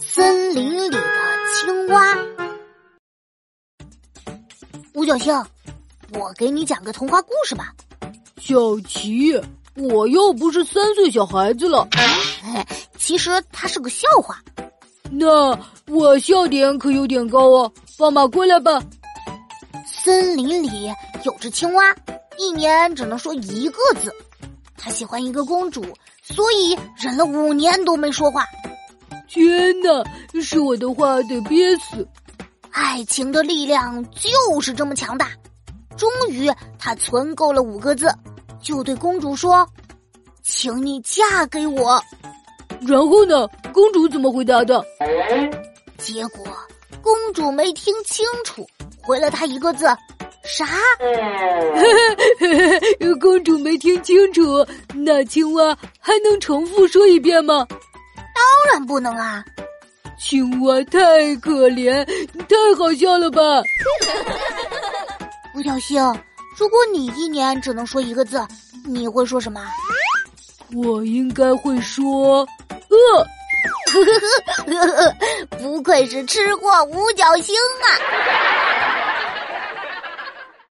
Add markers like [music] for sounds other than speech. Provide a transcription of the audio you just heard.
森林里的青蛙。五角星，我给你讲个童话故事吧。 [laughs] 小琪，我又不是三岁小孩子了，哎其实它是个笑话。那我笑点可有点高哦。爸妈过来吧，森林里有只青蛙，一年只能说一个字。它喜欢一个公主，所以忍了五年都没说话。天哪，是我的话得憋死。爱情的力量就是这么强大。终于，他存够了五个字，就对公主说：“请你嫁给我。然后呢，公主怎么回答的？” [laughs] 结果，公主没听清楚，回了他一个字：“啥？”公主没听清楚，那青蛙还能重复说一遍吗？当然不能啊！青蛙太可怜，太好笑了吧？五角星，如果你一年只能说一个字，你会说什么？ [laughs] 我应该会说呃饿。不愧是吃货五角星啊！